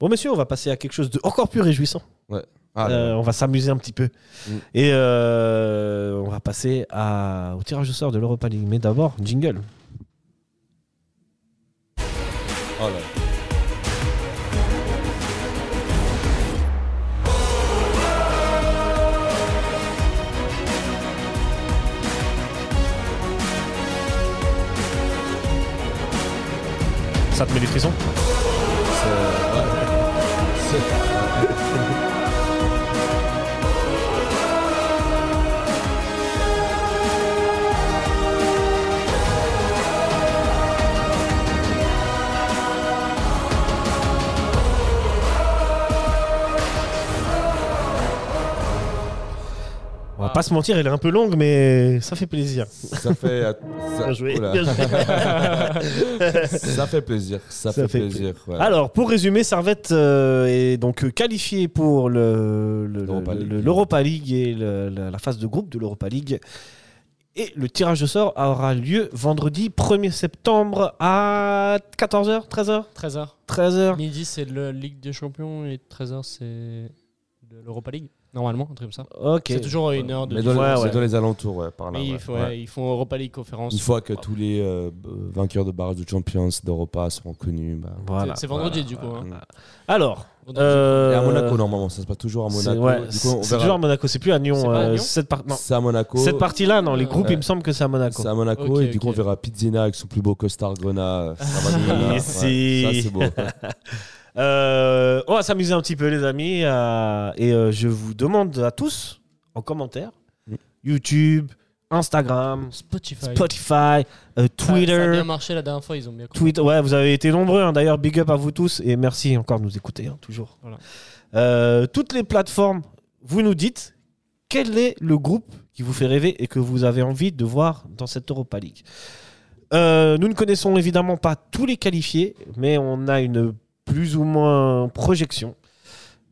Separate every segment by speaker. Speaker 1: Bon, messieurs, on va passer à quelque chose de encore plus réjouissant.
Speaker 2: Ah,
Speaker 1: Euh, on va s'amuser un petit peu.
Speaker 2: Mm.
Speaker 1: Et euh, on va passer à- au tirage au sort de l'Europa League. Mais d'abord, jingle.
Speaker 2: oh là.
Speaker 1: Ça te met les frissons
Speaker 2: C'est- ouais. C'est-
Speaker 1: On va pas se mentir, elle est un peu longue, mais ça fait plaisir.
Speaker 2: Ça fait. att- ça-
Speaker 1: Bien joué.
Speaker 2: Oula.
Speaker 1: Bien joué.
Speaker 2: ça fait plaisir. Ça, fait,
Speaker 1: fait Ah,
Speaker 2: plaisir. ouais.
Speaker 1: Alors, pour résumer, Servette euh, est donc qualifié pour le- le-
Speaker 2: L'Europa
Speaker 1: le-
Speaker 2: League.
Speaker 1: le- l'Europa League. et le- la, la phase de groupe de l'Europa League. Et le tirage au sort aura lieu vendredi 1er septembre à 14h, 13h
Speaker 3: 13h.
Speaker 1: 13h.
Speaker 3: Midi, c'est la Ligue des Champions et 13h, c'est de l'Europa League. Normalement, un truc comme ça.
Speaker 1: Ok.
Speaker 3: C'est toujours une heure de.
Speaker 2: Mais dans, les-
Speaker 1: Ouais,
Speaker 2: c'est
Speaker 1: ouais.
Speaker 2: dans les alentours, ouais, par là.
Speaker 3: Mais
Speaker 2: ouais.
Speaker 3: ils, font,
Speaker 2: Ouais.
Speaker 3: ouais, ils font Europa League conférence.
Speaker 2: Une fois que tous les euh, b- vainqueurs de barrage de Champions d'Europa seront connus. Bah...
Speaker 1: Voilà.
Speaker 3: c'est vendredi, du coup, hein.
Speaker 2: Mm.
Speaker 1: Alors,
Speaker 3: Vendredi.
Speaker 1: euh,
Speaker 2: Et à Monaco, normalement, ça se passe toujours à
Speaker 1: c'est-
Speaker 2: Monaco.
Speaker 1: ouais,
Speaker 2: Du coup,
Speaker 1: c'est
Speaker 2: on
Speaker 1: c'est
Speaker 2: verra.
Speaker 1: toujours à Monaco, c'est plus à Nyon.
Speaker 3: C'est pas à
Speaker 1: euh,
Speaker 3: Nyon
Speaker 1: cette par- non,
Speaker 2: C'est à Monaco.
Speaker 1: cette partie-là, non, les groupes,
Speaker 2: Ouais.
Speaker 1: il me semble que c'est à Monaco.
Speaker 2: C'est à Monaco.
Speaker 3: Ok,
Speaker 2: et du coup,
Speaker 3: ok.
Speaker 2: on verra Pizzina avec son plus beau costard Grenat. euh,
Speaker 1: Ah, Et si.
Speaker 2: Ça, c'est beau.
Speaker 1: Euh, on va s'amuser un petit peu, les amis. euh, et euh, je vous demande à tous, en commentaire,
Speaker 2: Mm.
Speaker 1: YouTube, Instagram,
Speaker 3: Spotify.
Speaker 1: Spotify, euh,
Speaker 3: Ça- Ça, a
Speaker 1: Twitter.
Speaker 3: bien marché la dernière fois, ils ont bien compris.
Speaker 1: Twitter, ouais, vous avez été nombreux. hein. D'ailleurs, big up à vous tous et merci encore de nous écouter, hein, toujours.
Speaker 3: Voilà.
Speaker 1: Euh, toutes les plateformes, vous nous dites quel est le groupe qui vous fait rêver et que vous avez envie de voir dans cette Europa League. Euh, nous ne connaissons évidemment pas tous les qualifiés, mais on a une plus ou moins projection.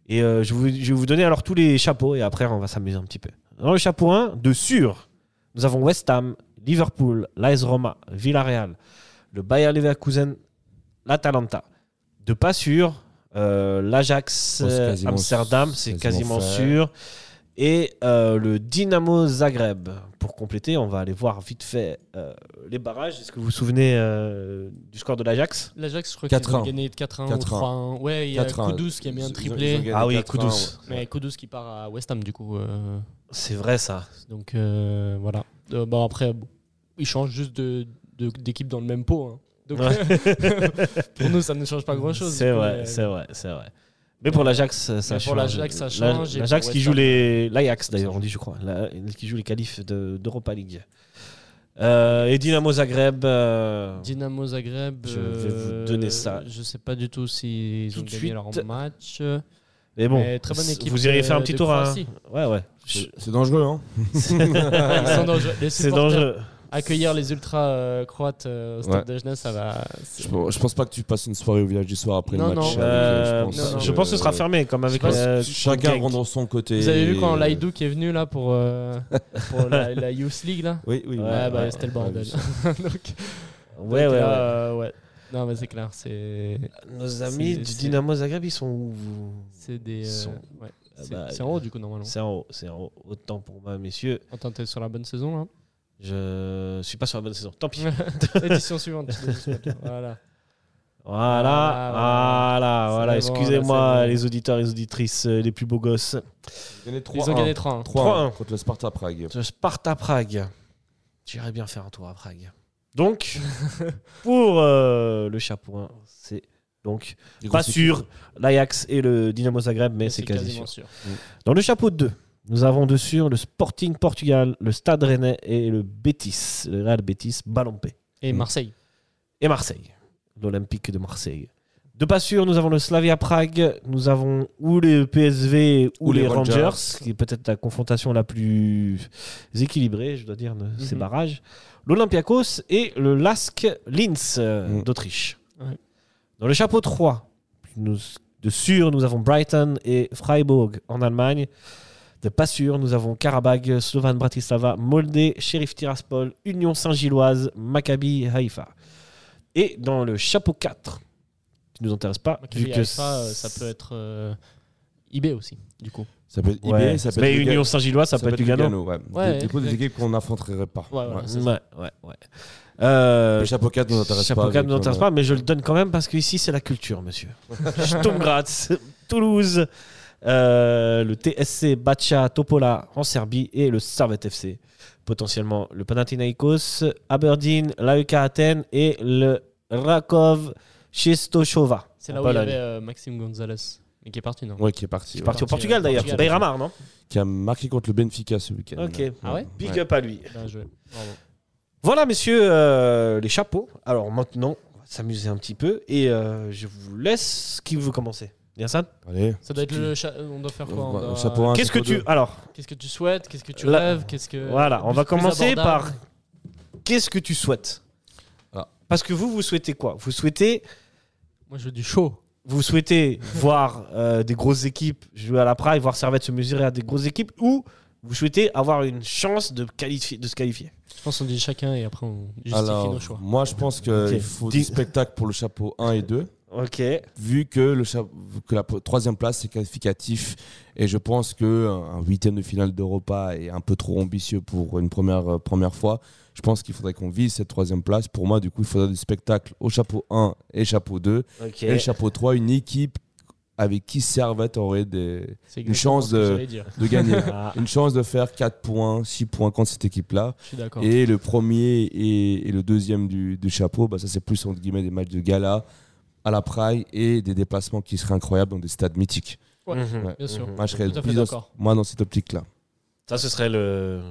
Speaker 1: Et euh, je, vous- je vais vous donner alors tous les chapeaux et après on va s'amuser un petit peu. Dans le chapeau 1, de sûr, nous avons West Ham, Liverpool, l'AS Roma, Villarreal, le Bayer Leverkusen, l'Atalanta. De pas sûr, euh, l'Ajax
Speaker 2: Oh, c'est
Speaker 1: euh,
Speaker 2: quasiment-
Speaker 1: Amsterdam, c'est quasiment,
Speaker 2: quasiment fait.
Speaker 1: sûr. Et euh, le Dynamo Zagreb. Pour compléter, on va aller voir vite fait euh, les barrages. Est-ce que vous vous souvenez euh, du score de l'Ajax
Speaker 3: L'Ajax, je crois
Speaker 2: 4-1.
Speaker 3: qu'ils ont gagné de 4-1 ou
Speaker 2: 4-1.
Speaker 3: 3-1. Ouais, il y a
Speaker 2: 4-1.
Speaker 3: Kudus qui a
Speaker 2: Ils
Speaker 3: mis un
Speaker 2: ont- ils ont
Speaker 3: triplé.
Speaker 2: gagné
Speaker 1: Ah oui,
Speaker 2: 4-1,
Speaker 1: Kudus.
Speaker 2: ouais.
Speaker 3: Mais Kudus qui part à West Ham, du coup. euh,
Speaker 1: C'est vrai ça.
Speaker 3: Donc euh, voilà. Euh, bon après, bon, ils changent juste de, de- d'équipe dans le même pot. hein. Donc pour nous, ça ne change pas grand-chose.
Speaker 1: C'est
Speaker 3: Mais,
Speaker 1: vrai,
Speaker 3: euh,
Speaker 1: c'est vrai, c'est vrai. Mais pour l'Ajax, ça
Speaker 3: Mais
Speaker 1: change.
Speaker 3: pour l'Ajax, ça change, et
Speaker 1: L'Ajax
Speaker 3: pour
Speaker 1: qui
Speaker 3: West
Speaker 1: joue
Speaker 3: Ham, euh,
Speaker 1: les l'Ajax d'ailleurs, on dit je crois, la- qui joue les qualifs de- d'Europa League. Euh, et Dynamo Zagreb. euh,
Speaker 3: Dynamo Zagreb.
Speaker 1: Je vais vous
Speaker 3: euh,
Speaker 1: donner ça.
Speaker 3: Je sais pas du tout s'ils
Speaker 1: Tout
Speaker 3: ont
Speaker 1: de
Speaker 3: gagné
Speaker 1: suite.
Speaker 3: leur match.
Speaker 1: mais bon,
Speaker 3: Mais très bonne
Speaker 1: c-
Speaker 3: équipe,
Speaker 1: vous irez faire un
Speaker 3: euh,
Speaker 1: petit
Speaker 3: de
Speaker 1: tour. à-
Speaker 3: Croatie.
Speaker 1: Ouais, ouais.
Speaker 2: C'est- C'est dangereux, hein
Speaker 3: Ils sont dangereux. Les
Speaker 1: C'est
Speaker 3: supporters,
Speaker 1: dangereux.
Speaker 3: Accueillir les ultras euh, croates euh, au stade de Genève, ça va. c'est-
Speaker 2: Je pense- je pense pas que tu passes une soirée au village du soir après
Speaker 3: Non,
Speaker 2: le match.
Speaker 3: non.
Speaker 1: Euh,
Speaker 2: avec eux,
Speaker 3: non, non.
Speaker 1: je pense que ce sera fermé comme avec
Speaker 3: pense
Speaker 1: euh,
Speaker 2: Chacun
Speaker 1: Genk.
Speaker 2: rentre dans son côté.
Speaker 3: Vous avez vu quand Laïdou qui est venu là pour, euh, pour la, la Youth League là
Speaker 2: Oui, oui.
Speaker 1: Ouais,
Speaker 3: Ouais, bah
Speaker 1: ouais,
Speaker 3: c'était le bordel.
Speaker 2: ouais,
Speaker 3: Donc,
Speaker 1: Ouais, ouais, ouais.
Speaker 3: là, euh, ouais. Non, mais c'est clair, c'est.
Speaker 1: Nos amis
Speaker 3: c'est-
Speaker 1: du
Speaker 3: c'est-
Speaker 1: Dynamo Zagreb, ils sont où
Speaker 3: C'est des.
Speaker 1: Ils
Speaker 3: euh,
Speaker 1: sont-
Speaker 3: ouais.
Speaker 1: Ah
Speaker 3: C'est
Speaker 1: bah,
Speaker 3: c'est en haut du coup normalement.
Speaker 1: C'est en haut, c'est en haut. Autant pour moi, messieurs.
Speaker 3: Attends, t'es sur la bonne saison là.
Speaker 1: Je suis pas sur la bonne saison. Tant pis.
Speaker 3: Édition suivante. tu dois juste mettre là. voilà.
Speaker 1: Voilà, voilà,
Speaker 3: Ah, C'est
Speaker 1: voilà.
Speaker 3: bon,
Speaker 1: Excusez-moi,
Speaker 3: là, c'est bon.
Speaker 1: les auditeurs et les auditrices, euh, les plus beaux gosses.
Speaker 3: Ils ont gagné 3
Speaker 2: 3-1
Speaker 3: 1
Speaker 1: 3-1.
Speaker 2: hein. contre le Sparta Prague.
Speaker 1: Je Sparta Prague. J'irais bien faire un tour à Prague. Donc, pour euh, le chapeau 1, c'est donc
Speaker 2: Des
Speaker 1: pas
Speaker 2: grosses
Speaker 1: sûr
Speaker 2: équipes.
Speaker 1: l'Ajax et le Dynamo Zagreb, mais c'est quasi sûr.
Speaker 3: sûr.
Speaker 1: Dans le chapeau 2, nous avons de sûr le Sporting Portugal, le Stade Rennais et le Betis, le Real Betis Balompé.
Speaker 3: Et Marseille.
Speaker 1: et Marseille, l'Olympique de Marseille. De pas sûr, nous avons le Slavia Prague, nous avons ou les PSV ou,
Speaker 2: Ou
Speaker 1: les
Speaker 2: les
Speaker 1: Rangers,
Speaker 2: Rangers,
Speaker 1: qui est peut-être la confrontation la plus équilibrée, je dois dire, de ces
Speaker 3: Mhm.
Speaker 1: barrages. L'Olympiakos et le LASK Linz euh,
Speaker 2: Mhm.
Speaker 1: d'Autriche.
Speaker 3: Ouais.
Speaker 1: Dans le chapeau 3, nous- de sûr, nous avons Brighton et Freiburg en Allemagne. De pas sûr, nous avons Karabag, Slovan Bratislava, Molde, Sheriff Tiraspol, Union Saint-Gilloise, Maccabi Haïfa. Et dans le chapeau 4, qui nous intéresse pas.
Speaker 3: Ah, Vu que ça, euh, ça peut être euh, IB aussi, du coup.
Speaker 2: Ça peut être IB,
Speaker 1: Ouais.
Speaker 2: ça peut
Speaker 1: Mais
Speaker 2: être Lugano.
Speaker 1: Union Saint-Gillois, ça, peut être Lugano.
Speaker 2: ouais.
Speaker 3: Ouais,
Speaker 2: Des- des, fois, des
Speaker 3: exact.
Speaker 2: équipes qu'on n'affronterait pas.
Speaker 3: Ouais, voilà. c'est
Speaker 1: Ouais, ouais, ouais. Euh,
Speaker 2: Ah, Le chapeau 4 nous intéresse
Speaker 1: Chapeau
Speaker 2: pas.
Speaker 1: cap
Speaker 2: avec,
Speaker 1: nous intéresse
Speaker 2: euh,
Speaker 1: pas, mais je le donne quand même parce qu'ici, c'est la culture, monsieur. Sturm Graz, Toulouse, euh, le TSC Bacha Topola en Serbie et le Servet FC. Potentiellement le Panathinaikos, Aberdeen, l'AEK Athènes et le Rakov Czestochowa.
Speaker 3: C'est
Speaker 1: en
Speaker 3: là où il y
Speaker 1: Pologne.
Speaker 3: avait euh, Maxime Gonzalez, mais qui est parti, non
Speaker 2: Ouais, qui est parti.
Speaker 1: Qui est
Speaker 2: ouais.
Speaker 1: parti au Portugal d'ailleurs,
Speaker 3: euh, Portugal.
Speaker 1: Beyramar, non
Speaker 2: Qui a marqué contre le Benfica ce week-end.
Speaker 1: Ok.
Speaker 3: Ah ouais
Speaker 1: Big up à lui.
Speaker 3: Bien joué. Bravo.
Speaker 1: Voilà, messieurs, euh, les chapeaux. Alors maintenant, on va s'amuser un petit peu et euh, je vous laisse. Qui veut commencer Bien ça
Speaker 2: Allez.
Speaker 3: Ça doit être le. cha- euh, On doit faire quoi on
Speaker 2: Ouais,
Speaker 3: doit-
Speaker 2: chapeau un,
Speaker 1: Qu'est-ce que
Speaker 2: chapeau
Speaker 1: tu.
Speaker 2: deux.
Speaker 1: Alors,
Speaker 3: Qu'est-ce que tu souhaites Qu'est-ce que tu
Speaker 1: Là-
Speaker 3: rêves Qu'est-ce que.
Speaker 1: Voilà, on va
Speaker 3: plus- plus
Speaker 1: commencer par
Speaker 3: abordable.
Speaker 1: qu'est-ce que tu souhaites
Speaker 2: Ah.
Speaker 1: Parce que vous, vous souhaitez quoi Vous souhaitez,
Speaker 3: Moi, je veux du show.
Speaker 1: vous souhaitez voir euh, des grosses équipes jouer à la Praille, voir Servette se mesurer à des grosses équipes, ou vous souhaitez avoir une chance de, qualifier, de se qualifier
Speaker 3: Je pense qu'on dit chacun et après on justifie nos
Speaker 2: Alors,
Speaker 3: choix.
Speaker 2: moi, je pense qu'il
Speaker 1: Ok.
Speaker 2: faut
Speaker 1: Dis-
Speaker 2: du spectacle pour le chapeau 1 et 2.
Speaker 1: Ok.
Speaker 2: vu que, le cha- que la po- troisième place c'est qualificatif et je pense que un un huitième de finale d'Europa est un peu trop ambitieux pour une première, euh, première fois. Je pense qu'il faudrait qu'on vise cette troisième place. Pour moi, du coup, il faudrait du spectacle au chapeau 1 et chapeau 2
Speaker 1: Ok.
Speaker 2: et chapeau 3, une équipe avec qui Servette aurait des-
Speaker 3: C'est
Speaker 2: une chance
Speaker 3: exactement ce que
Speaker 2: de-
Speaker 3: j'allais dire.
Speaker 2: de gagner.
Speaker 1: Ah,
Speaker 2: une chance de faire 4 points, 6 points contre cette équipe-là.
Speaker 3: Je suis d'accord.
Speaker 2: Et le premier et, et le deuxième du, du chapeau, bah ça c'est plus entre guillemets des matchs de gala à la praille et des déplacements qui seraient incroyables dans des stades mythiques.
Speaker 3: Ouais,
Speaker 1: mhm.
Speaker 3: Bien sûr.
Speaker 2: Moi, je serais
Speaker 3: Tout à fait
Speaker 2: plus dans-
Speaker 3: d'accord. Euh,
Speaker 2: moi, dans cette optique-là.
Speaker 1: Ça, ce serait le.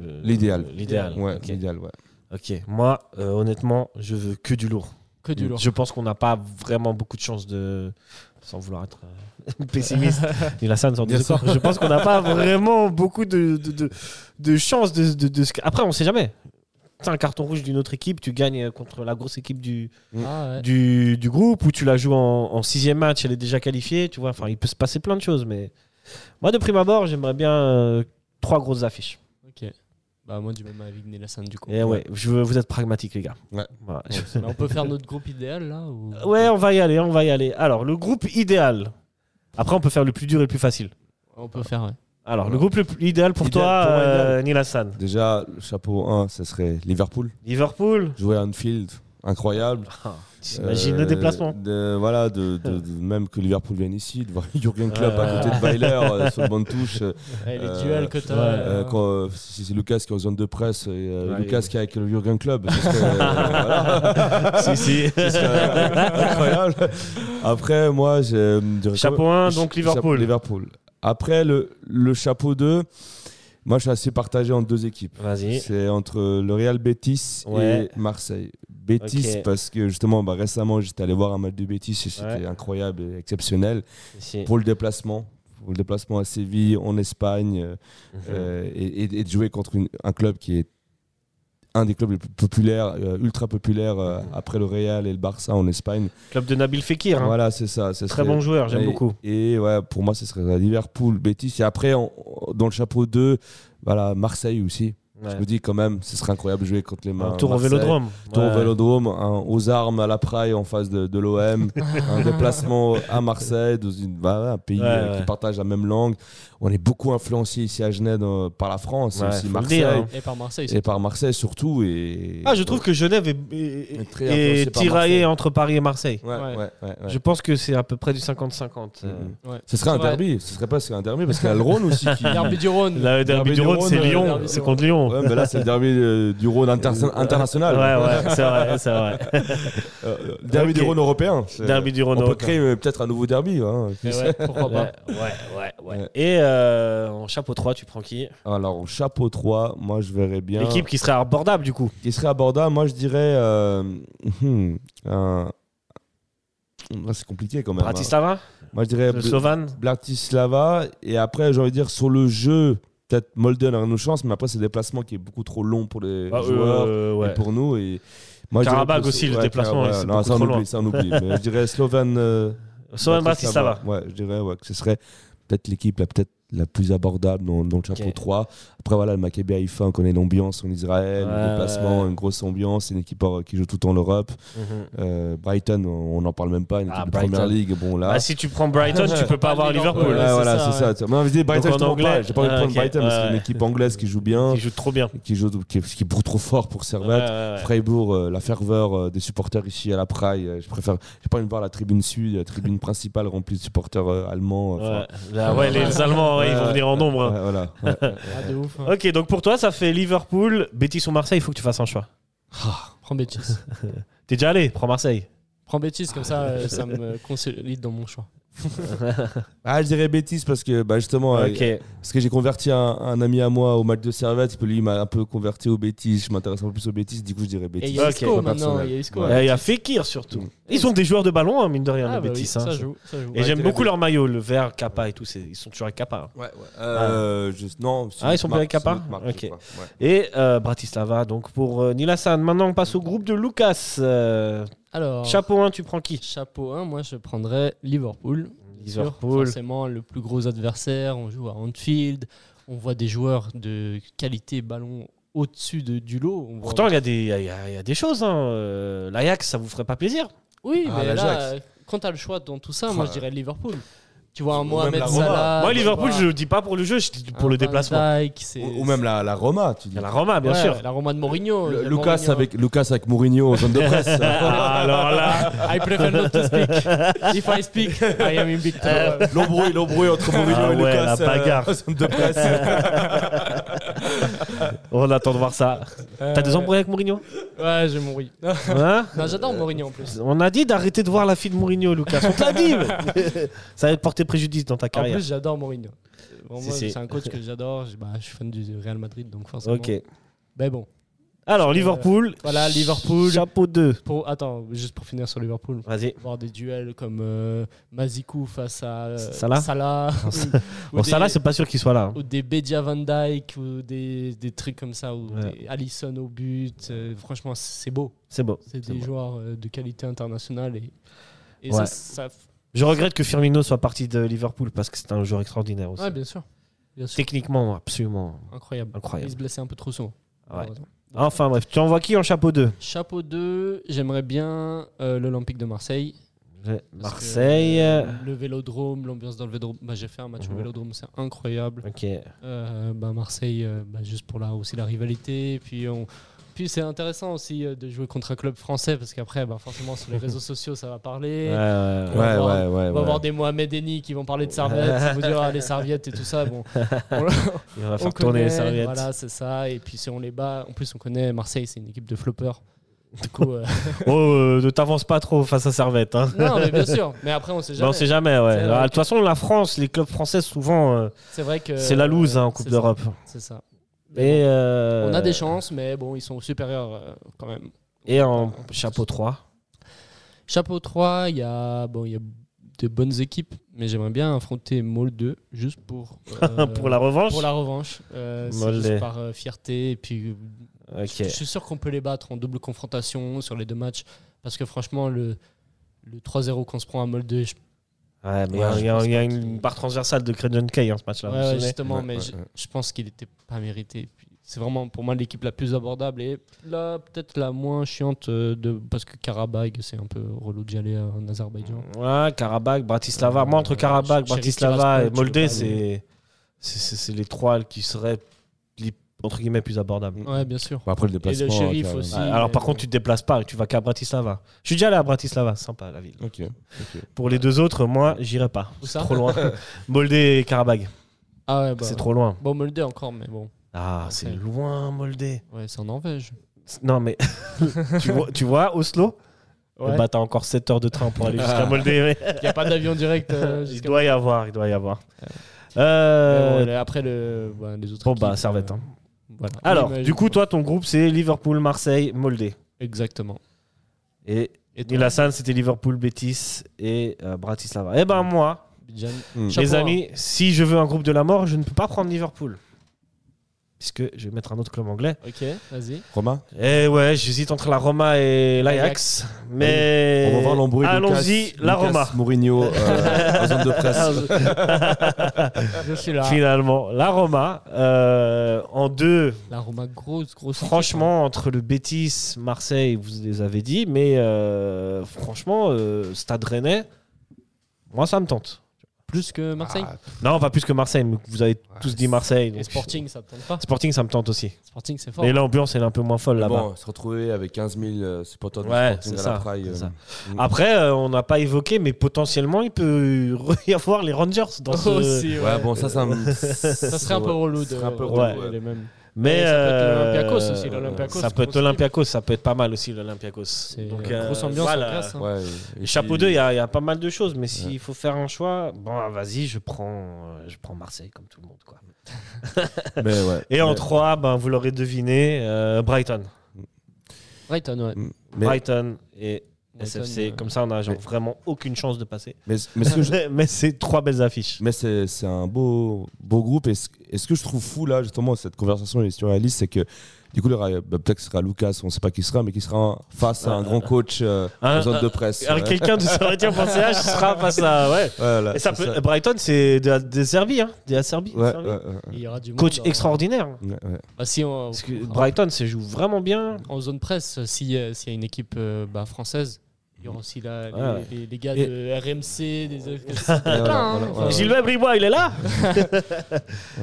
Speaker 1: le-
Speaker 2: L'idéal.
Speaker 1: L'idéal.
Speaker 2: Ouais,
Speaker 1: Ok.
Speaker 2: l'idéal, ouais.
Speaker 1: Ok. Moi, euh, honnêtement, je veux que du lourd.
Speaker 3: Que du lourd.
Speaker 1: Je pense qu'on n'a pas vraiment beaucoup de chances de. Sans vouloir être euh, pessimiste, il a ça une sorte de
Speaker 2: Bien sûr.
Speaker 1: corps. Je pense qu'on n'a pas vraiment beaucoup de, de, de- de chances de, de, de ce- Après, on sait jamais. T'as un carton rouge d'une autre équipe, tu gagnes euh, contre la grosse équipe du,
Speaker 3: Ah ouais.
Speaker 1: du, du groupe ou tu la joues en, en sixième match, elle est déjà qualifiée, tu vois. Enfin, il peut se passer plein de choses, mais moi, de prime abord, j'aimerais bien euh, trois grosses affiches.
Speaker 3: Ok. Bah, moi, du même avec Nélassan, du coup.
Speaker 1: Et ouais, je veux- vous êtes pragmatiques, les gars.
Speaker 2: Ouais.
Speaker 1: Voilà.
Speaker 3: Mais on peut faire notre groupe idéal là ou...
Speaker 1: Ouais, on va y aller, on va y aller. Alors, le groupe idéal. Après, on peut faire le plus dur et le plus facile.
Speaker 3: On peut faire, ouais.
Speaker 1: Alors, le groupe le plus idéal pour
Speaker 2: Idéal,
Speaker 1: toi,
Speaker 2: pour moi, idéal.
Speaker 1: euh, Neil Hassan.
Speaker 2: Déjà, le chapeau 1, ça serait Liverpool.
Speaker 1: Liverpool.
Speaker 2: Jouer à Anfield, incroyable.
Speaker 1: Ah, T'imagines
Speaker 2: Euh,
Speaker 1: le déplacement.
Speaker 2: de- Voilà, de, de- de- même que Liverpool vienne ici, de voir Jurgen Klopp à côté de Weiler euh, sur le banc de touche. euh,
Speaker 3: Ouais, les
Speaker 2: Euh,
Speaker 3: duels que t'as.
Speaker 1: ouais,
Speaker 2: Euh,
Speaker 3: euh,
Speaker 2: quand, euh, si c'est Lucas qui est en zone de presse, et, euh,
Speaker 1: Ouais,
Speaker 2: Lucas
Speaker 1: il-
Speaker 2: qui est avec le Jurgen Club, ce serait, euh, voilà.
Speaker 1: si, si.
Speaker 2: Ce serait incroyable. Après, moi, j'ai- euh, j'aurais
Speaker 1: Euh, Chapeau
Speaker 2: quand même-
Speaker 1: 1, donc
Speaker 2: Cha-
Speaker 1: Liverpool.
Speaker 2: Liverpool. Après, le, le chapeau 2, moi, je suis assez partagé entre deux équipes.
Speaker 1: Vas-y.
Speaker 2: C'est entre le Real Betis
Speaker 1: Ouais.
Speaker 2: et Marseille. Betis,
Speaker 1: Ok.
Speaker 2: parce que justement, bah, récemment, j'étais allé voir un match de Betis et c'était
Speaker 1: Ouais.
Speaker 2: incroyable et exceptionnel.
Speaker 1: Si.
Speaker 2: Pour le déplacement, pour le déplacement à Séville, en Espagne, euh,
Speaker 1: Mhm.
Speaker 2: euh, et, et- et de jouer contre une- un club qui est un des clubs les plus populaires, euh, ultra populaires euh, après le Real et le Barça en Espagne.
Speaker 1: Club de Nabil Fekir. hein.
Speaker 2: Voilà, c'est ça. ça
Speaker 1: Très
Speaker 2: serait-
Speaker 1: bon joueur, j'aime
Speaker 2: et-
Speaker 1: beaucoup.
Speaker 2: Et ouais, pour moi, ce serait Liverpool, Betis. Et après, on- on- dans le chapeau 2, voilà, Marseille aussi. Je
Speaker 1: Ouais.
Speaker 2: me dis quand même, ce serait incroyable de jouer contre les
Speaker 1: Un
Speaker 2: mains.
Speaker 1: tour au vélodrome.
Speaker 2: Tour au
Speaker 1: Ouais.
Speaker 2: Vélodrome, un- aux armes à la praille en face de, de l'OM, un déplacement à Marseille, dans une, voilà, un pays
Speaker 1: Ouais,
Speaker 2: euh,
Speaker 1: ouais.
Speaker 2: qui partage la même langue. On est beaucoup influencé ici à Genève euh, par la France,
Speaker 1: Ouais,
Speaker 2: et aussi
Speaker 1: faut le
Speaker 2: Marseille,
Speaker 1: dire, hein.
Speaker 3: Et par Marseille.
Speaker 2: et par Marseille surtout. Et,
Speaker 1: Ah, je trouve que Genève est, est-
Speaker 2: Mais très
Speaker 1: est
Speaker 2: influencé par
Speaker 1: tiraillée
Speaker 2: Marseille.
Speaker 1: entre Paris et Marseille.
Speaker 2: Ouais,
Speaker 3: Ouais.
Speaker 2: ouais, ouais, ouais.
Speaker 1: Je pense que c'est à peu près du 50-50. euh.
Speaker 2: Mhm.
Speaker 3: Ouais.
Speaker 2: Ce serait un
Speaker 3: Ouais.
Speaker 2: derby, ce serait presque un derby parce qu'il y a le Rhône aussi qui.
Speaker 3: Derby du
Speaker 1: Le
Speaker 3: Rhône.
Speaker 1: derby
Speaker 2: Derby
Speaker 1: du
Speaker 2: du
Speaker 1: Rhône,
Speaker 2: Rhône,
Speaker 1: c'est
Speaker 2: euh,
Speaker 1: Lyon.
Speaker 3: derby
Speaker 1: C'est
Speaker 3: du
Speaker 1: contre Lyon.
Speaker 2: Ouais, mais là, c'est le derby euh, du Rhône inter-
Speaker 1: Ouais,
Speaker 2: international.
Speaker 1: ouais, c'est vrai, c'est vrai.
Speaker 2: Euh, le derby
Speaker 1: Ok.
Speaker 2: du Rhône européen. c'est-
Speaker 1: Derby du Rhône
Speaker 2: On peut
Speaker 1: européen.
Speaker 2: créer euh, peut-être un nouveau derby. hein.
Speaker 3: Mais ouais, pourquoi
Speaker 1: Ouais,
Speaker 3: pas.
Speaker 1: ouais, ouais, ouais.
Speaker 2: Ouais.
Speaker 1: Et euh, en chapeau 3, tu prends qui
Speaker 2: Alors, au chapeau 3, moi, je verrais bien.
Speaker 1: L'équipe qui serait abordable du coup.
Speaker 2: qui serait abordable, moi je dirais. euh, hum, un- Ah, c'est compliqué quand même. hein.
Speaker 1: Bratislava Euh,
Speaker 2: Moi je dirais
Speaker 1: Le
Speaker 2: Bl-
Speaker 1: Slovan
Speaker 2: Bratislava. Et après, j'ai envie de dire sur le jeu, peut-être Molden aurait nos chances, mais après, c'est le déplacement qui est beaucoup trop long pour les
Speaker 1: Ah,
Speaker 2: joueurs
Speaker 1: euh,
Speaker 2: et
Speaker 1: ouais.
Speaker 2: pour nous. Et moi, je dirais
Speaker 1: Karabakh
Speaker 2: plus-
Speaker 1: aussi, le déplacement,
Speaker 2: Karabakh,
Speaker 1: c'est
Speaker 2: non,
Speaker 1: beaucoup
Speaker 2: ça, on
Speaker 1: trop loin.
Speaker 2: oublie, ça, on oublie. mais je dirais Slovan. euh,
Speaker 1: Slovan Bratislava.
Speaker 2: Ouais, je dirais ouais, que ce serait peut-être l'équipe la peut-être la plus abordable dans, dans le chapeau
Speaker 1: Ok.
Speaker 2: 3. Après, voilà, le Maccabi Haïfa, on connaît l'ambiance en Israël,
Speaker 1: Ouais,
Speaker 2: le déplacement,
Speaker 1: ouais.
Speaker 2: une grosse ambiance, c'est une équipe euh, qui joue tout en Europe.
Speaker 1: Mhm.
Speaker 2: Euh, Brighton, on n'en parle même pas, une
Speaker 1: Ah,
Speaker 2: équipe de
Speaker 1: Brighton.
Speaker 2: première ligue. Bon, là.
Speaker 1: Bah, si tu prends Brighton, tu peux pas
Speaker 3: Ah,
Speaker 1: avoir
Speaker 3: Liverpool,
Speaker 1: Liverpool.
Speaker 2: Ouais,
Speaker 3: c'est
Speaker 2: voilà,
Speaker 3: ça,
Speaker 2: c'est ça. Mais on dit Brighton,
Speaker 1: en
Speaker 2: je t'en
Speaker 1: anglais,
Speaker 2: parle. J'ai pas envie de
Speaker 1: ah,
Speaker 2: prendre
Speaker 1: ok,
Speaker 2: Brighton, mais c'est
Speaker 1: ouais.
Speaker 2: une équipe anglaise qui joue bien,
Speaker 1: Ils jouent trop bien.
Speaker 2: qui joue, qui, qui est beaucoup trop fort pour
Speaker 1: Ouais,
Speaker 2: Servette.
Speaker 1: ouais, ouais.
Speaker 2: Freiburg, euh, la ferveur euh, des supporters ici à la Praille, euh, je préfère. J'ai pas envie de voir la tribune sud, la tribune principale remplie de supporters euh, allemands. euh,
Speaker 1: Ouais.
Speaker 2: enfin,
Speaker 1: Bah, ouais, les, les Allemands, ouais, ils vont
Speaker 2: Ouais,
Speaker 1: venir en nombre. hein.
Speaker 2: ouais, voilà. Ouais.
Speaker 3: Ah, de ouf. hein.
Speaker 1: Ok, donc pour toi, ça fait Liverpool, Betis ou Marseille, il faut que tu fasses un choix. Ah.
Speaker 3: Prends Bétis.
Speaker 1: T'es déjà allé, prends Marseille.
Speaker 3: Prends Bétis, comme ça, euh, ça me consolide dans mon choix.
Speaker 2: Ah, je dirais bêtise parce que bah, justement, euh,
Speaker 1: ok.
Speaker 2: parce que j'ai converti un, un ami à moi au match de Servette, puis lui il m'a un peu converti aux bêtises. Je m'intéresse un peu plus aux bêtises, du coup je dirais
Speaker 3: Et
Speaker 2: bêtises.
Speaker 3: il y a
Speaker 1: Ok.
Speaker 3: Isco
Speaker 2: Pas
Speaker 3: maintenant.
Speaker 2: personnel.
Speaker 3: Il y a Isco.
Speaker 2: Ouais.
Speaker 1: Euh, Il y a Fekir surtout.
Speaker 2: Mm.
Speaker 1: Ils ont des joueurs de ballon, hein, mine de rien,
Speaker 3: Ah,
Speaker 1: les
Speaker 3: bah oui,
Speaker 1: Betis. hein.
Speaker 3: ça joue. ça joue.
Speaker 1: Et
Speaker 2: Ouais,
Speaker 1: j'aime
Speaker 2: t'es
Speaker 1: beaucoup
Speaker 2: la
Speaker 1: leur maillot, le vert, Kappa et tout. c'est- Ils sont toujours avec Kappa. hein.
Speaker 2: Euh, je- non, c'est
Speaker 1: Ah,
Speaker 2: une
Speaker 1: ils sont
Speaker 2: marque,
Speaker 1: plus avec
Speaker 2: c'est une
Speaker 1: Kappa
Speaker 2: autre marque, je
Speaker 1: Ok.
Speaker 2: crois. Ouais.
Speaker 1: Et euh, Bratislava, donc pour euh, Nilassan. Maintenant, on passe au groupe de Lucas. Euh,
Speaker 3: Alors,
Speaker 1: Chapeau 1, tu prends qui
Speaker 3: chapeau 1, moi je prendrais Liverpool. sûr,
Speaker 1: Liverpool.
Speaker 3: Forcément, le plus gros adversaire. On joue à Anfield. On voit des joueurs de qualité ballon au-dessus de, du lot. On voit-
Speaker 1: Pourtant, il y, a des- il y a- il y a- il y a des choses. hein. Euh, L'Ajax, ça vous ferait pas plaisir
Speaker 3: oui,
Speaker 2: Ah,
Speaker 3: mais là,
Speaker 2: l'Ajax.
Speaker 3: euh, quand t'as le choix dans tout ça,
Speaker 2: Ah,
Speaker 3: moi je
Speaker 2: ouais.
Speaker 3: dirais Liverpool. Tu vois, un
Speaker 2: Ou
Speaker 3: Mohamed
Speaker 2: même la Roma.
Speaker 3: Salah.
Speaker 1: Moi,
Speaker 3: tu
Speaker 1: Liverpool,
Speaker 3: vois,
Speaker 1: je dis pas pour le jeu, je dis pour
Speaker 3: un
Speaker 1: le
Speaker 3: Van
Speaker 1: déplacement.
Speaker 3: Dijk, c'est-
Speaker 2: Ou, ou même la, la Roma, tu
Speaker 1: Il
Speaker 2: dis.
Speaker 1: y a la Roma, bien
Speaker 3: bah, Ouais,
Speaker 1: sûr.
Speaker 3: La Roma de Mourinho.
Speaker 2: Le-
Speaker 3: il y a
Speaker 2: Lucas
Speaker 3: Mourinho.
Speaker 2: avec, Lucas avec Mourinho en zone de presse.
Speaker 1: Ah, alors là.
Speaker 3: I prefer not to speak. If I speak, I am in big
Speaker 2: Euh.
Speaker 3: trouble.
Speaker 2: L'embrouille, l'embrouille entre Mourinho
Speaker 1: Ah
Speaker 2: et
Speaker 1: ouais,
Speaker 2: Lucas.
Speaker 1: la
Speaker 2: euh,
Speaker 1: bagarre.
Speaker 2: en zone de presse.
Speaker 1: On attend de voir ça. T'as
Speaker 3: Euh.
Speaker 1: des embrouilles avec Mourinho
Speaker 3: Ouais, j'ai Mourinho.
Speaker 1: Hein
Speaker 3: Non, j'adore
Speaker 2: Euh,
Speaker 3: Mourinho en plus.
Speaker 1: On a dit d'arrêter de voir la fille de Mourinho, Lucas. On te l'a dit. mais- ça va te porter préjudice dans ta
Speaker 3: En
Speaker 1: carrière.
Speaker 3: plus, j'adore Mourinho. Vraiment,
Speaker 1: Si, si.
Speaker 3: c'est un coach que j'adore. Je, bah, je suis fan du Real Madrid, donc forcément.
Speaker 1: ok.
Speaker 3: Mais bon,
Speaker 1: Alors, Liverpool.
Speaker 3: Euh, voilà, Liverpool.
Speaker 1: Chapeau 2.
Speaker 3: pour, attends, juste pour finir sur Liverpool.
Speaker 1: Vas-y.
Speaker 3: Voir des duels comme euh, Mazikou face à euh,
Speaker 1: Salah
Speaker 3: ou,
Speaker 1: Bon,
Speaker 3: des,
Speaker 1: ça là, c'est pas sûr qu'il soit là. hein.
Speaker 3: ou des Bedia Van Dyke ou des, des trucs comme ça, ou
Speaker 1: Ouais.
Speaker 3: des Allison au but. Euh, franchement, c'est beau.
Speaker 1: C'est beau.
Speaker 3: C'est
Speaker 1: C'est
Speaker 3: des
Speaker 1: bon.
Speaker 3: joueurs euh, de qualité internationale et, et
Speaker 1: Ouais.
Speaker 3: ça, ça-
Speaker 1: Je regrette que Firmino soit parti de Liverpool parce que c'est un joueur extraordinaire aussi.
Speaker 3: Ouais, bien sûr. Bien sûr.
Speaker 1: Techniquement, absolument
Speaker 3: Incroyable. Il
Speaker 1: incroyable.
Speaker 3: se blessait un peu trop souvent.
Speaker 1: Ouais.
Speaker 3: malheureusement.
Speaker 1: Enfin bref, tu envoies qui en chapeau 2
Speaker 3: Chapeau 2, j'aimerais bien euh, l'Olympique de Marseille. parce que,
Speaker 1: Marseille.
Speaker 3: euh, le vélodrome, l'ambiance dans le vélodrome. Bah, J'ai fait un match
Speaker 1: Mhm.
Speaker 3: au vélodrome, c'est incroyable.
Speaker 1: Ok.
Speaker 3: Euh, bah, Marseille, euh, bah, juste pour là aussi la rivalité. Puis, on... puis c'est intéressant aussi euh, de jouer contre un club français parce qu'après, bah, forcément, sur les réseaux sociaux, ça va parler.
Speaker 1: Ouais, ouais, ouais.
Speaker 2: Ouais, ouais, ouais. ouais.
Speaker 3: On va avoir des Mohamed Eni qui vont parler de serviettes, ils vont dire ah, les serviettes et tout ça. Bon, on,
Speaker 1: Et On va
Speaker 3: on
Speaker 1: faire tourner les
Speaker 3: connaît,
Speaker 1: serviettes.
Speaker 3: Voilà, c'est ça. Et puis si on les bat, en plus on connaît Marseille, c'est une équipe de floppers. Du coup, euh,
Speaker 1: Oh, euh, ne t'avance pas trop face à Servette. Hein.
Speaker 3: non, mais bien sûr. Mais après, on sait
Speaker 1: Mais on
Speaker 3: jamais.
Speaker 1: sait jamais, ouais.
Speaker 3: C'est
Speaker 1: Ah,
Speaker 3: vrai.
Speaker 1: De toute façon, la France, les clubs français, souvent, euh,
Speaker 3: C'est vrai que
Speaker 1: c'est la loose hein, en Coupe
Speaker 3: c'est
Speaker 1: d'Europe.
Speaker 3: ça, C'est ça.
Speaker 1: Et, euh,
Speaker 3: On a des
Speaker 1: champs.
Speaker 3: chances, mais bon, ils sont supérieurs euh, quand même.
Speaker 1: Et en chapeau 3.
Speaker 3: Chapeau 3, il y a bon, il y a de bonnes équipes, mais j'aimerais bien affronter Maul 2 juste pour euh,
Speaker 1: pour la revanche.
Speaker 3: pour la revanche. Euh, c'est
Speaker 1: Mollet.
Speaker 3: juste par euh, fierté et puis euh,
Speaker 1: Ok.
Speaker 3: Je suis sûr qu'on peut les battre en double confrontation sur les deux matchs. Parce que franchement, le, le 3-0 qu'on se prend à Molde, je-
Speaker 1: Ouais, mais il y
Speaker 3: Ouais,
Speaker 1: a-
Speaker 3: je
Speaker 1: il y, a-
Speaker 3: pense
Speaker 1: il y a
Speaker 3: pas qu'il-
Speaker 1: une part transversale de Credon Kay hein, ce match-là. vous
Speaker 3: Ouais, ouais,
Speaker 1: vous souvenez
Speaker 3: justement,
Speaker 2: Ouais,
Speaker 3: mais
Speaker 2: ouais,
Speaker 3: je,
Speaker 2: ouais.
Speaker 3: je pense qu'il n'était pas mérité. Et puis, C'est vraiment pour moi l'équipe la plus abordable et là peut-être la moins chiante euh, de parce que Karabakh c'est un peu relou d'y aller euh, en Azerbaïdjan.
Speaker 1: Ouais, Karabakh, Bratislava.
Speaker 3: Euh,
Speaker 1: Moi, entre Karabakh,
Speaker 3: Ch- Ch-
Speaker 1: Bratislava
Speaker 3: Cherif
Speaker 1: et
Speaker 3: Tiraspol, tu
Speaker 1: Moldé,
Speaker 3: peux pas
Speaker 1: c'est c'est- c'est- c'est les trois qui seraient les- entre guillemets plus abordables.
Speaker 3: Ouais euh, bien sûr.
Speaker 2: Bon, Après le déplacement.
Speaker 3: shérif
Speaker 2: tu vois,
Speaker 3: aussi.
Speaker 1: Ouais, Alors, par
Speaker 3: mais-
Speaker 1: contre, tu te déplaces pas, tu vas qu'à Bratislava. Je suis déjà allé à Bratislava, sympa la ville.
Speaker 2: Ok. ok.
Speaker 1: Pour les deux autres, moi, j'irai pas.
Speaker 3: Où
Speaker 1: C'est
Speaker 3: ça
Speaker 1: trop loin. Moldé et Karabakh,
Speaker 3: Ah ouais, bah,
Speaker 1: c'est trop loin.
Speaker 3: Bon Molde encore mais bon
Speaker 1: Ah,
Speaker 3: Ok.
Speaker 1: c'est loin, Moldé.
Speaker 3: ouais c'est en Norvège.
Speaker 1: Non, mais tu, vois, tu vois, Oslo
Speaker 3: Ouais.
Speaker 1: Bah, t'as encore 7 heures de train pour aller jusqu'à Moldé. mais-
Speaker 3: Il y a pas d'avion direct. euh,
Speaker 1: il
Speaker 3: jusqu'à-
Speaker 1: doit y avoir, il doit y avoir.
Speaker 3: Mais
Speaker 1: Euh,
Speaker 3: bon, après le bah, les autres.
Speaker 1: bon bah,
Speaker 3: équipes,
Speaker 1: Servette.
Speaker 3: euh,
Speaker 1: hein.
Speaker 3: voilà.
Speaker 1: Alors,
Speaker 3: Oui, mais-
Speaker 1: du coup, toi, ton groupe, c'est Liverpool, Marseille, Moldé.
Speaker 3: exactement.
Speaker 1: Et
Speaker 3: Et toi,
Speaker 1: Nilassan, c'était Liverpool, Betis et euh, Bratislava. Eh ben moi,
Speaker 3: Bidjan
Speaker 2: Hmm.
Speaker 3: Chapeau hein.
Speaker 1: les
Speaker 3: un.
Speaker 1: amis, si je veux un groupe de la mort, je ne peux pas prendre Liverpool. puisque je vais mettre un autre club anglais.
Speaker 3: Ok, vas-y.
Speaker 2: Romain
Speaker 1: Et ouais, j'hésite entre la Roma et l'Ajax, mais
Speaker 2: On va voir l'embrouille.
Speaker 1: allons-y,
Speaker 2: Lucas-
Speaker 1: la
Speaker 2: Lucas
Speaker 1: Roma.
Speaker 2: Mourinho, euh, en zone de
Speaker 1: Ah,
Speaker 3: Ah,
Speaker 2: presse.
Speaker 3: Je suis là.
Speaker 1: Finalement, la Roma euh, en deux.
Speaker 3: La Roma, grosse, grosse. équipe,
Speaker 1: Franchement, entre le Betis, Marseille, vous les avez dit, mais euh, franchement, euh, Stade Rennais, moi ça me tente.
Speaker 3: hein. Plus que Marseille.
Speaker 2: Ah,
Speaker 1: Non, pas plus que Marseille, mais vous avez tous dit Marseille.
Speaker 3: Et
Speaker 1: donc-
Speaker 3: Sporting, ça te tente pas
Speaker 1: Sporting, ça me tente aussi.
Speaker 3: Sporting, c'est fort.
Speaker 1: Mais l'ambiance, elle est un peu moins folle là-bas.
Speaker 2: Bon, se retrouver avec 15 000 euh, supporters du
Speaker 1: Ouais,
Speaker 2: Sporting
Speaker 1: c'est
Speaker 2: à
Speaker 1: ça,
Speaker 2: la Praille.
Speaker 1: c'est
Speaker 2: euh,
Speaker 1: ça.
Speaker 2: mm.
Speaker 1: Après, euh, on n'a pas évoqué, mais potentiellement, il peut y avoir les Rangers dans
Speaker 3: Oh,
Speaker 1: ce.
Speaker 3: aussi, ouais.
Speaker 2: euh, Ouais, bon, ça, ça, me-
Speaker 3: Ça serait un peu relou de.
Speaker 2: serait un peu
Speaker 3: de-
Speaker 1: relou,
Speaker 3: de-
Speaker 2: ouais.
Speaker 3: les mêmes.
Speaker 1: Mais
Speaker 3: Et ça peut être
Speaker 1: euh,
Speaker 3: l'Olympiakos aussi, l'Olympiakos,
Speaker 1: Ça peut être
Speaker 3: grosse
Speaker 1: l'Olympiakos, ça peut être pas mal aussi l'Olympiakos.
Speaker 3: C'est
Speaker 1: Donc,
Speaker 3: une
Speaker 1: euh,
Speaker 3: grosse ambiance
Speaker 1: voilà.
Speaker 3: en classe. hein.
Speaker 2: Ouais, et
Speaker 1: Et Chapeau
Speaker 2: puis-
Speaker 1: 2, il y, a il y a pas mal de choses, mais s'il faut faire un choix, bon, ah, vas-y, je prends, euh, je prends Marseille comme tout le monde. Quoi.
Speaker 2: Mais ouais.
Speaker 1: Et en
Speaker 2: Mais-
Speaker 1: 3, ben, vous l'aurez deviné, euh, Brighton.
Speaker 3: Brighton, ouais.
Speaker 2: Mais,
Speaker 1: Brighton et
Speaker 3: Brighton,
Speaker 1: SFC.
Speaker 3: euh,
Speaker 1: Comme ça, on a genre,
Speaker 2: mais-
Speaker 1: vraiment aucune chance de passer.
Speaker 2: mais, mais ce que je-
Speaker 1: mais c'est trois belles affiches.
Speaker 2: mais c'est c'est un beau, beau groupe. Et ce, et ce que je trouve fou, là, justement, cette conversation est surréaliste, c'est que du coup, il y aura- bah, peut-être que ce sera Lucas, on ne sait pas qui sera, mais qui sera face à un grand coach euh,
Speaker 1: Un-
Speaker 2: en zone de
Speaker 1: un-
Speaker 2: presse.
Speaker 1: Alors,
Speaker 2: Ouais.
Speaker 1: quelqu'un de Sorrentino pour CH sera face à. Ouais.
Speaker 2: Voilà,
Speaker 1: Et ça
Speaker 2: c'est
Speaker 1: peut- Brighton, c'est de la, des Serbies. Hein. De la Serbie.
Speaker 2: Ouais,
Speaker 1: Serbie.
Speaker 2: ouais, ouais,
Speaker 3: Il y aura du monde,
Speaker 1: Coach
Speaker 3: hein.
Speaker 1: extraordinaire.
Speaker 2: ouais, ouais.
Speaker 3: Bah, si on-
Speaker 1: Parce que Brighton, se joue vraiment bien.
Speaker 3: En zone presse, euh, s'il y, a- s'il y a une équipe euh, bah, française, il y aura aussi la- les-
Speaker 1: Ouais.
Speaker 3: les, les gars
Speaker 1: Et-
Speaker 3: de RMC, des
Speaker 1: Ah,
Speaker 2: voilà,
Speaker 3: plein,
Speaker 2: voilà,
Speaker 3: hein.
Speaker 2: voilà,
Speaker 1: Gilbert Bribois, il est là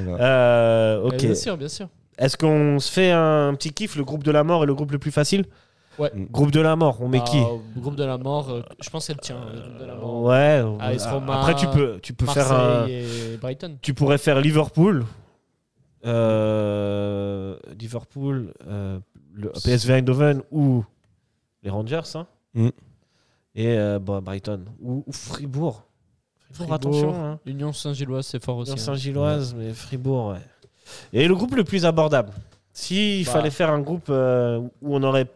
Speaker 2: voilà.
Speaker 1: Euh,
Speaker 3: Euh,
Speaker 1: Ok.
Speaker 3: Bien sûr, bien sûr.
Speaker 1: Est-ce qu'on se fait un petit kiff, le groupe de la mort et le groupe le plus facile
Speaker 3: Ouais.
Speaker 1: Groupe de la mort, on met
Speaker 3: Ah,
Speaker 1: qui
Speaker 3: au Groupe de la mort, euh, je pense qu'elle tient. Le groupe de la mort.
Speaker 1: Ouais.
Speaker 3: AS
Speaker 1: ah,
Speaker 3: Roma,
Speaker 1: Après, tu peux, tu peux faire un.
Speaker 3: Marseille et Brighton.
Speaker 1: Tu pourrais faire Liverpool. euh, Liverpool, euh, le PSV Eindhoven ou les Rangers. hein.
Speaker 2: Mm.
Speaker 1: Et euh, bah, Brighton. Ou, ou Fribourg. Fribourg,
Speaker 3: Fribourg.
Speaker 1: attention. hein.
Speaker 3: L'Union Saint-Gilloise, c'est fort aussi.
Speaker 1: Union
Speaker 3: hein.
Speaker 1: Saint-Gilloise, mais Fribourg, ouais. Et le groupe le plus abordable. S'il
Speaker 3: Bah.
Speaker 1: fallait faire un groupe euh, où on aurait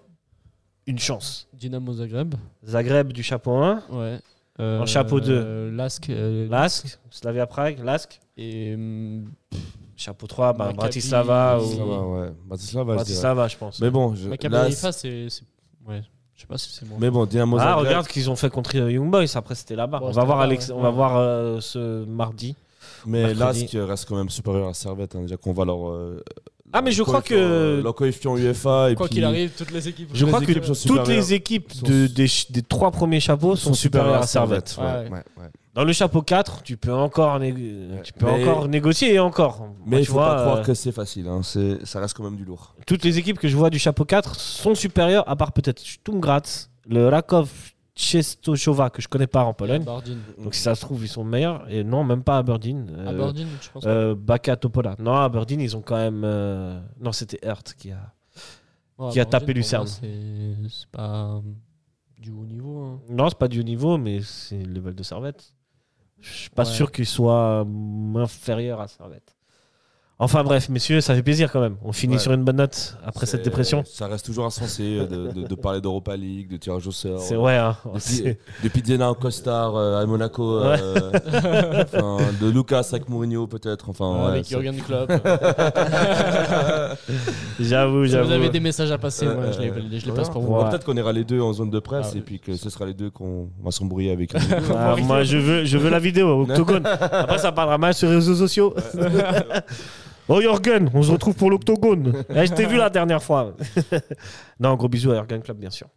Speaker 1: une chance.
Speaker 3: Dynamo Zagreb.
Speaker 1: Zagreb du chapeau 1,
Speaker 3: Ouais.
Speaker 1: En chapeau deux.
Speaker 3: euh, Lask. euh,
Speaker 1: Lask, Slavia Prague, Lask.
Speaker 3: Et. hum,
Speaker 1: Chapeau 3, bah,
Speaker 3: Maccabi,
Speaker 1: Bratislava
Speaker 3: Bratislava,
Speaker 1: ou...
Speaker 2: Bratislava, ouais. Bratislava, je dirais.
Speaker 1: Bratislava, je pense.
Speaker 2: Mais bon, je,
Speaker 3: Maccabi
Speaker 2: là,
Speaker 3: Haïfa, c'est. c'est- Ouais. Je sais pas si c'est bon.
Speaker 2: mais bon, Dynamo
Speaker 1: Ah,
Speaker 2: Zagreb,
Speaker 1: regarde ce qu'ils ont fait contre euh, Young Boys. Après, c'était là-bas.
Speaker 3: Bon,
Speaker 1: on,
Speaker 3: c'était
Speaker 1: va voir
Speaker 3: là-bas,
Speaker 1: Alex...
Speaker 3: ouais.
Speaker 1: on va voir euh, ce mardi.
Speaker 2: mais
Speaker 1: mercredi.
Speaker 2: Lask reste quand même supérieur à Servette, hein, déjà qu'on va leur. euh,
Speaker 1: Ah, mais je
Speaker 2: leur
Speaker 1: crois
Speaker 2: coefficient,
Speaker 1: que-
Speaker 2: euh, Leur coefficient UEFA. Et
Speaker 3: Quoi
Speaker 2: puis-
Speaker 3: qu'il arrive, toutes les équipes.
Speaker 1: Je
Speaker 2: les
Speaker 1: crois que
Speaker 2: équipes sont
Speaker 1: toutes les
Speaker 2: supérieures.
Speaker 1: équipes
Speaker 2: Sont-
Speaker 1: de- des, ch- des trois premiers chapeaux sont, supérieures à Servette.
Speaker 2: Ouais,
Speaker 3: Servette.
Speaker 2: ouais, ouais.
Speaker 1: Dans le chapeau 4, tu peux encore, négo-
Speaker 2: Ouais.
Speaker 1: tu peux
Speaker 2: Mais-
Speaker 1: encore négocier et encore. Moi,
Speaker 2: Mais il
Speaker 1: tu
Speaker 2: faut pas
Speaker 1: vois,
Speaker 2: croire
Speaker 1: euh,
Speaker 2: que c'est facile. hein, c'est- Ça reste quand même du lourd.
Speaker 1: Toutes les équipes que je vois du chapeau 4 sont supérieures, à part peut-être Stumgratz, le Rakov Czestochowa, que je connais pas en Pologne.
Speaker 3: Aberdeen.
Speaker 1: Donc si ça se trouve, ils sont meilleurs. Et non, même pas Aberdeen. Euh,
Speaker 3: Aberdeen, je pense.
Speaker 1: euh, Baka Topola. Non, Aberdeen, ils ont quand même. euh, Non, c'était Hurt qui a.
Speaker 3: Ouais,
Speaker 1: qui a
Speaker 3: Aberdeen,
Speaker 1: tapé
Speaker 3: pour
Speaker 1: Lucerne.
Speaker 3: moi, C'est c'est pas euh, du haut niveau. hein.
Speaker 1: Non, c'est pas du haut niveau, mais c'est le level de Servette. Je suis pas
Speaker 3: Ouais.
Speaker 1: sûr qu'il soit euh, inférieur à Servette. Enfin bref, messieurs, ça fait plaisir quand même. On finit
Speaker 2: Ouais.
Speaker 1: sur une bonne note après cette
Speaker 2: C'est-
Speaker 1: dépression.
Speaker 2: Ça reste toujours insensé euh, de, de- de parler d'Europa League, de tirage au sort.
Speaker 1: C'est ouais, hein.
Speaker 2: Depuis,
Speaker 1: C'est-
Speaker 2: depuis Diana en costard euh, à Monaco, euh, enfin, de Lucas avec Mourinho peut-être. Enfin, ouais,
Speaker 3: Avec
Speaker 2: ça-
Speaker 3: Jurgen Klopp.
Speaker 1: j'avoue,
Speaker 3: Si vous
Speaker 1: j'avoue.
Speaker 3: avez des messages à passer, moi, je les,
Speaker 2: Euh,
Speaker 3: je les
Speaker 2: voilà.
Speaker 3: passe pour vous.
Speaker 1: Ouais.
Speaker 2: Peut-être qu'on ira les deux en zone de presse
Speaker 3: Ah,
Speaker 2: et puis que ce sera les deux qu'on va s'embrouiller avec.
Speaker 1: Ah, moi, je veux, je veux la vidéo, Octogone. Après, ça parlera mal sur les réseaux sociaux. oh, Jorgen, on se retrouve pour l'Octogone. Eh, je t'ai vu la dernière fois. non, gros bisous à Jorgen Club, bien sûr.